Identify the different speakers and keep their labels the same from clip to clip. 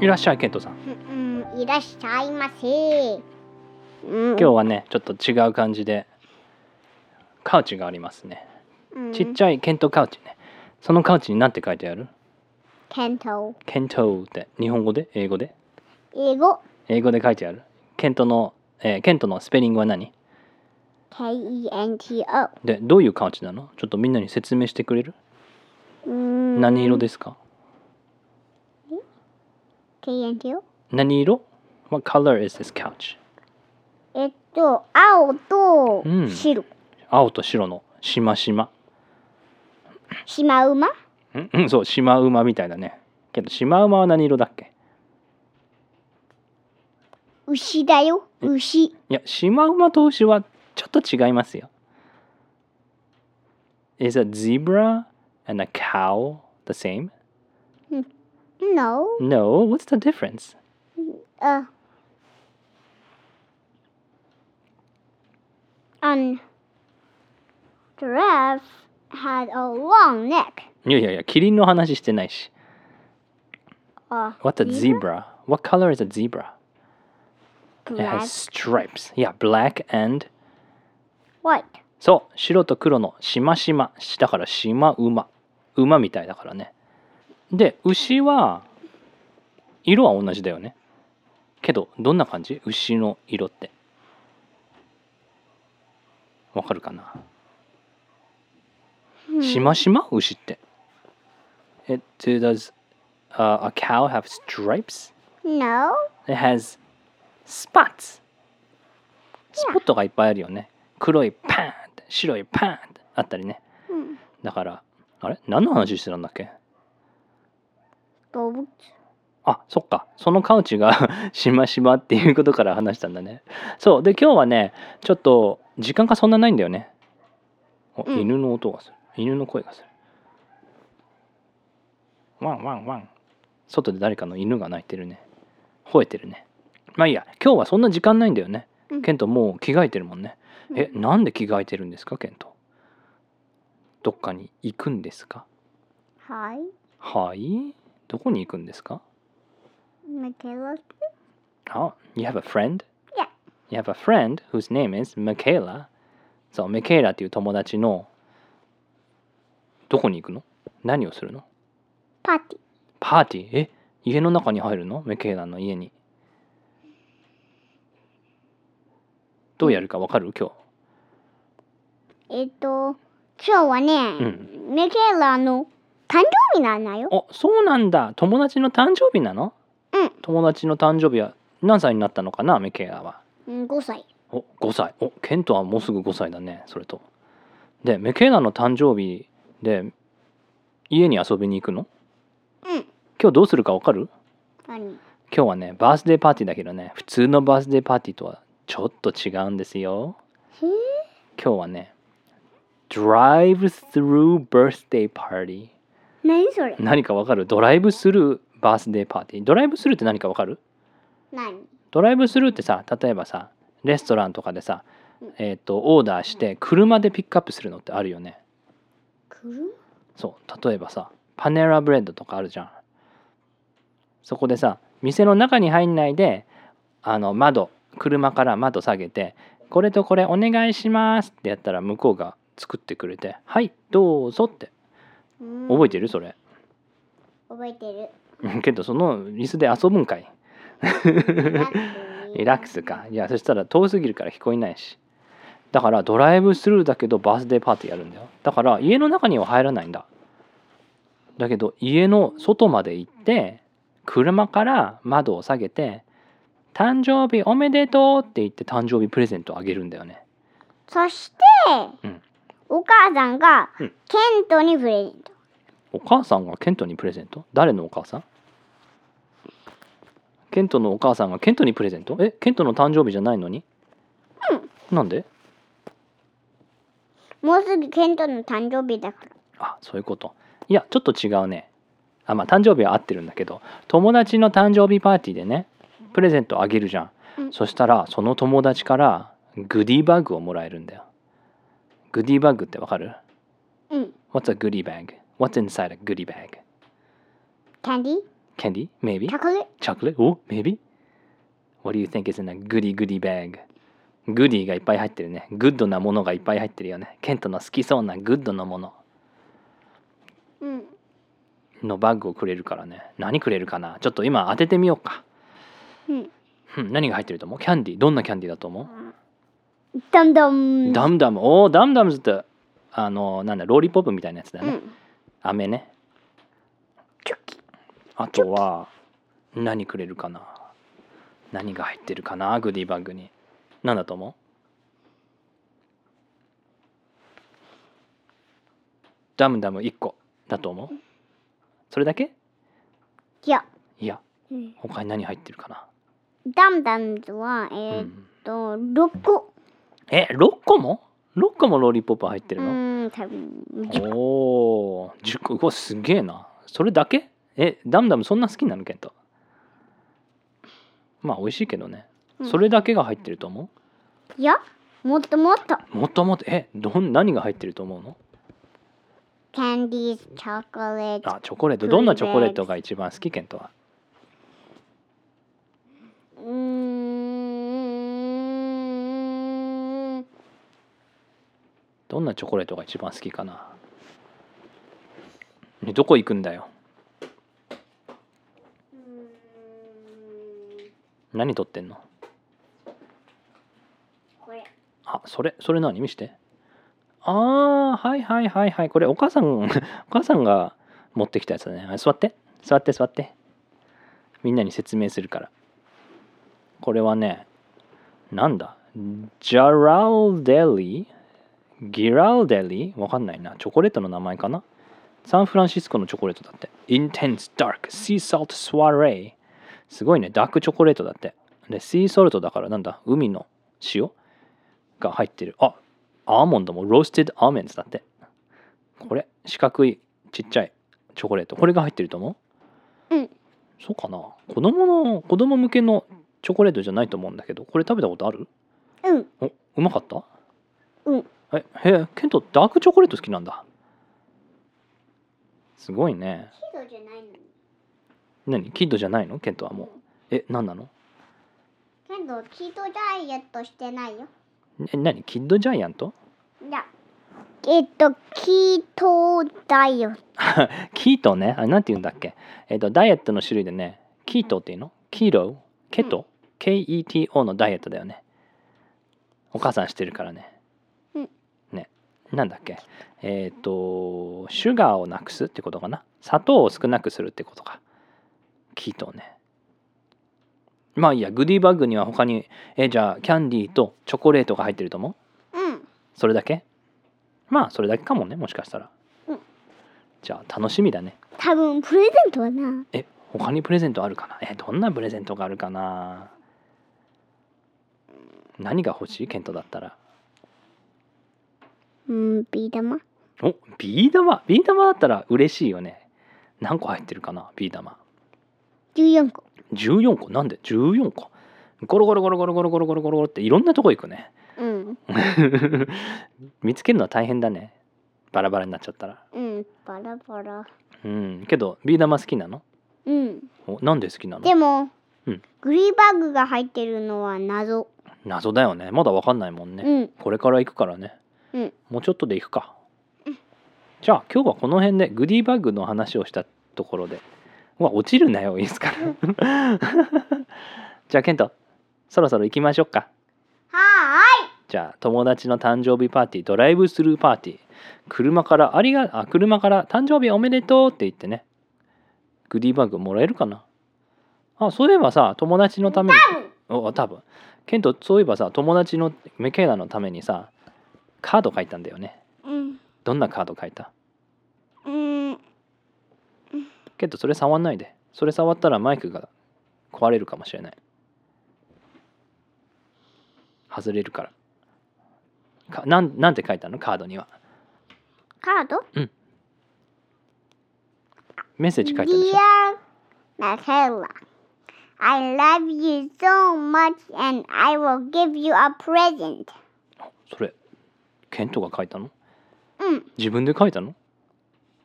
Speaker 1: いらっしゃい、ケントさん。
Speaker 2: うんうんいらっしゃいませ。今
Speaker 1: 今日はね、ちょっと違う感じで、カウチがありますね。ちっち
Speaker 2: ゃ
Speaker 1: ゃ
Speaker 2: い。
Speaker 1: いケントカウチね。そのカウチに何て書いてある
Speaker 2: ケント。
Speaker 1: ケントって日本語で英語で
Speaker 2: 英語。
Speaker 1: 英語で書いてある。ケントの、えーケントのスペリングは何
Speaker 2: K-E-N-T-O。
Speaker 1: で、どういうカウチなのちょっとみんなに説明してくれる何
Speaker 2: 何
Speaker 1: 色ですか
Speaker 2: ?K-E-N-T-O。
Speaker 1: 何色 ?What color is this couch?
Speaker 2: えっと、青と
Speaker 1: うん
Speaker 2: 白。
Speaker 1: 青と白のしましま。
Speaker 2: シマウマ
Speaker 1: うんうん、 そう、シマウマみたいだね。けど、シマウマは何色だっけ
Speaker 2: 牛だよ。牛。
Speaker 1: いや、シマウマと牛はちょっと違いますよ。Is a zebra and a cow the same?
Speaker 2: No.
Speaker 1: No, what's the difference?
Speaker 2: あ。An giraffe had a long neck.
Speaker 1: いやいやいや、キリンの話してないし。
Speaker 2: A
Speaker 1: What's a zebra? What color is a zebra? It
Speaker 2: black,
Speaker 1: has stripes. Yeah, black and
Speaker 2: white.
Speaker 1: そう、白と黒のしましま。しだからしまうま。馬みたいだからね。で、牛は、色は同じだよね。けど、どんな感じ牛の色って。わかるかなしましま牛って。It, does、a cow have stripes?
Speaker 2: No.
Speaker 1: It has spots. スポットがいっぱいあるよね。黒いパーンって白いパーンってあったりね。
Speaker 2: うん
Speaker 1: だから、あれ何の話してたんだっけ
Speaker 2: 動物。
Speaker 1: あ、そっか。そのカウチが しましまっていうことから話したんだね。そう。で、今日はね、ちょっと時間がそんなないんだよね。お
Speaker 2: うん
Speaker 1: 犬の音がする。犬の声がする。ワンワンワン。外で誰かの犬が鳴いてるね。吠えてるね。まあいいや、今日はそんな時間ないんだよね。
Speaker 2: うん
Speaker 1: ケントもう着替えてるもんね。え、なんで着替えてるんですか、ケント。どっかに行くんですか
Speaker 2: はい。
Speaker 1: はい。どこに行くんですか
Speaker 2: Michaela.
Speaker 1: Oh, you have a friend?
Speaker 2: Yeah.
Speaker 1: You have a friend whose name is Michaela. そう、ミケイラっていう友達のどこに行くの何をするの
Speaker 2: パーティー。
Speaker 1: パーティーえ家の中に入るのミケイラの家に。どうやるかわかる今
Speaker 2: えっと、今日はね、ミケラの誕生日なんだよ。
Speaker 1: 日。あ、そうなんだ。友達の誕生日なの
Speaker 2: うん
Speaker 1: 友達の誕生日は何歳になったのかなミケイラは。
Speaker 2: うん、5歳。
Speaker 1: お5歳おケントはもうすぐ5歳だねそれとでメケーナの誕生日で家に遊びに行くの
Speaker 2: うん。
Speaker 1: 今日どうするかわかる
Speaker 2: 何
Speaker 1: 今日はねバースデーパーティーだけどね普通のバースデーパーティーとはちょっと違うんですよ
Speaker 2: へえ
Speaker 1: 今日はねドライブスルーバースデーパーティー
Speaker 2: 何それ
Speaker 1: 何かわかるドライブスルーバースデーパーティードライブスルーって何かわかる
Speaker 2: 何
Speaker 1: ドライブスルーってさ例えばさレストランとかでさえっ、とオーダーして車でピックアップするのってあるよね
Speaker 2: 車
Speaker 1: そう例えばさパネラブレッドとかあるじゃんそこでさ店の中に入んないであの窓車から窓下げて「これとこれお願いします」ってやったら向こうが作ってくれて「はいどうぞ」って
Speaker 2: 覚
Speaker 1: 覚えてるそれ
Speaker 2: 覚えてる。
Speaker 1: けどその椅子で遊ぶんかいリ
Speaker 2: リ
Speaker 1: ラックスかいやそしたら遠すぎるから聞こえないしだからドライブスルーだけどバースデーパーティーやるんだよだから家の中には入らないんだだけど家の外まで行って車から窓を下げて「誕生日おめでとう」って言って誕生日プレゼントをあげるんだよね
Speaker 2: そして、
Speaker 1: うん
Speaker 2: お母さんが、
Speaker 1: うん
Speaker 2: ケントにプレゼント。
Speaker 1: お母さんがケントにプレゼント誰のお母さんケントのお母さんがケントにプレゼントえケントの誕生日じゃないのになんで
Speaker 2: もうすぐケントの誕生日だから。
Speaker 1: あそういうこといやちょっと違うねあまあ誕生日は合ってるんだけど友達の誕生日パーティーでねプレゼントあげるじゃん、
Speaker 2: うん
Speaker 1: そしたらその友達からグディバッグをもらえるんだよグディバッグってわかる
Speaker 2: うん。
Speaker 1: ?What's a goodie bag?What's inside a goodie bag?
Speaker 2: キャンディー
Speaker 1: Candy? Maybe?
Speaker 2: Chocolate?
Speaker 1: Chocolate? Oh, maybe? What do you think is in a goody goody bag? グディがいっぱい入ってるね。グッドなものがいっぱい入ってるよね。ケントの好きそうなグッドなもの
Speaker 2: うん。
Speaker 1: のバッグをくれるからね。何くれるかなちょっと今当ててみようか。
Speaker 2: うん。
Speaker 1: うん、何が入ってると思うキャンディー。どんなキャンディーだと思う
Speaker 2: ダンダン。
Speaker 1: ダムダム。おお、ダムダムズって、あの、なんだ、ローリポップみたいなやつだよ
Speaker 2: う
Speaker 1: ね。
Speaker 2: ん。
Speaker 1: 飴ね。
Speaker 2: チョキ。
Speaker 1: あとは、何くれるかな何が入ってるかなグディバッグに。何だと思うダムダム1個だと思うそれだけ
Speaker 2: いや。
Speaker 1: いや、
Speaker 2: うん
Speaker 1: 他に何入ってるかな、
Speaker 2: ダンダンズは、え
Speaker 1: う
Speaker 2: ーっ
Speaker 1: ん、
Speaker 2: と、6個。
Speaker 1: え、6個も ?6 個もローリポップ入って
Speaker 2: う
Speaker 1: るの、
Speaker 2: ーん、多分10個。
Speaker 1: おお10個うわすげえなそれだけえダムダムそんな好きなのケントまあ美味しいけどね
Speaker 2: うん
Speaker 1: それだけが入ってると思
Speaker 2: いや、もっともっと。
Speaker 1: うもっともっとえどん何が入ってると思うの
Speaker 2: candies, chocolate.
Speaker 1: あチョコレートどんなチョコレートが一番好きケントは
Speaker 2: うーん。
Speaker 1: どんなチョコレートが一番好きかなねどこ行くんだよ何取ってんの
Speaker 2: これ。
Speaker 1: あそれそれ何見してああーはいはいはいはいこれお母さん お母さんが持ってきたやつだねあ座って座って座ってみんなに説明するからこれはねなんだジャラルデリギラルデリわかんないなチョコレートの名前かなサンフランシスコのチョコレートだってインテンスダークシーサルトスワレイすごいねダークチョコレートだってでシーソルトだからなんだ海の塩が入ってるあアーモンドもローステッドアーメンズだってこれ四角いちっちゃいチョコレートこれが入ってると思う
Speaker 2: うん
Speaker 1: そうかな子供の子供向けのチョコレートじゃないと思うんだけどこれ食べたことある
Speaker 2: うん。
Speaker 1: おうまかった
Speaker 2: うん
Speaker 1: えへえケントダークチョコレート好きなんだすごいね
Speaker 2: ヒドじゃないのに。
Speaker 1: 何キッドじゃないのケントはもうえ何なの
Speaker 2: けど、チートダイエットしてないよ。
Speaker 1: え何キッドジャイアント
Speaker 2: いや。えっと、キートダイエット。
Speaker 1: キートね、あれなんて言うんだっけえっ、と、ダイエットの種類でね、キートっていうのキーロケト、?K-E-T-O のダイエットだよね。お母さんしてるからね。
Speaker 2: うん
Speaker 1: ね。なんだっけえっ、と、シュガーをなくすってことかな。砂糖を少なくするってことか。キートね。まあいいや、グディバッグには他に、え、じゃあ、キャンディーとチョコレートが入ってると思う
Speaker 2: うん。
Speaker 1: それだけまあ、それだけかもね、もしかしたら。
Speaker 2: うん
Speaker 1: じゃあ、楽しみだね。
Speaker 2: 多分プレゼントはな。
Speaker 1: え他にプレゼントあるかなえどんなプレゼントがあるかな何が欲しいケントだったら
Speaker 2: うん、ビー玉。
Speaker 1: おビー玉ビー玉だったら嬉しいよね何個入ってるかなビー玉
Speaker 2: 14個。
Speaker 1: 14個なんで14個ゴロゴロゴロゴロゴロゴロゴロゴロっていろんなとこ行くね
Speaker 2: うん。
Speaker 1: 見つけるのは大変だねバラバラになっちゃったら
Speaker 2: うん。バラバラ。
Speaker 1: うんけどビー玉好きなの
Speaker 2: うん。
Speaker 1: おなんで好きなの
Speaker 2: でも、
Speaker 1: うん
Speaker 2: グリーバッグが入ってるのは謎。
Speaker 1: 謎だよねまだわかんないもんね
Speaker 2: うん。
Speaker 1: これから行くからね、
Speaker 2: うん
Speaker 1: もうちょっとで行くか、じゃあ今日はこの辺でグディバッグの話をしたところでうわ落ちるなよいいですから じゃあケントそろそろ行きましょうか
Speaker 2: は
Speaker 1: じゃあ友達の誕生日パーティードライブスルーパーティー車からありがあ車から誕生日おめでとうって言ってねグディバッグもらえるかなあそういえばさ友達のために
Speaker 2: ーい。
Speaker 1: お多分ケントそういえばさ友達のメケーナのためにさカード書いたんだよね
Speaker 2: うん。
Speaker 1: どんなカード書いた
Speaker 2: うん。
Speaker 1: ケントそれ触んないでそれ触ったらマイクが壊れるかもしれない外れるからかなんなんて書いたのカードには
Speaker 2: カード
Speaker 1: メッセージ書いたでし
Speaker 2: Dear Michaela, I love you so much and I will give you a present.
Speaker 1: ょそれケントが書いたの
Speaker 2: うん、
Speaker 1: 自分で書いたの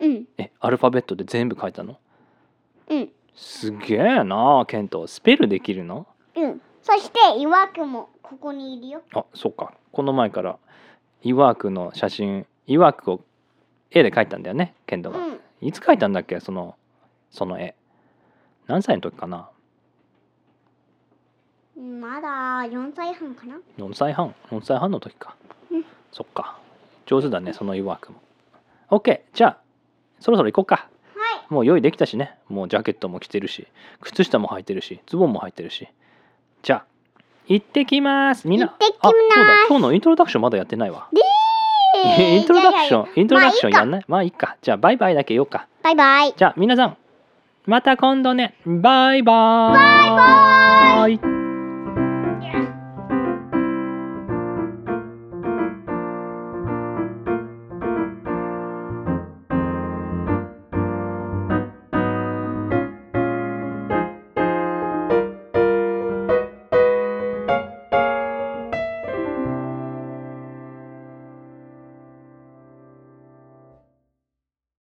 Speaker 2: うん、
Speaker 1: えアルファベットで全部書いたの
Speaker 2: うん。
Speaker 1: すげえなケントスペルできるの
Speaker 2: うん。そして、イワクもここにいるよ。
Speaker 1: あそっかこの前からイワークの写真イワークを絵で描いたんだよねケン
Speaker 2: う
Speaker 1: トが、
Speaker 2: ん。
Speaker 1: いつ描いたんだっけそのその絵何歳の時かな
Speaker 2: まだ4歳半かな
Speaker 1: 4歳半4歳半の時か、
Speaker 2: うん
Speaker 1: そっか上手だねそのイワークも OK じゃあそろそろ行こうか
Speaker 2: はい。
Speaker 1: もう用意できたしねもうジャケットも着てるし靴下も履いてるしズボンも履いてるしじゃあ行ってきますみんな
Speaker 2: 行ってきます
Speaker 1: あそうだ今日のイントロダクションまだやってないわイントロダクションイントロダクションやんないまあいいかじゃあバイバイだけ言おうか
Speaker 2: バイバイ。
Speaker 1: じゃあ皆さんまた今度ねバイバイバイバイ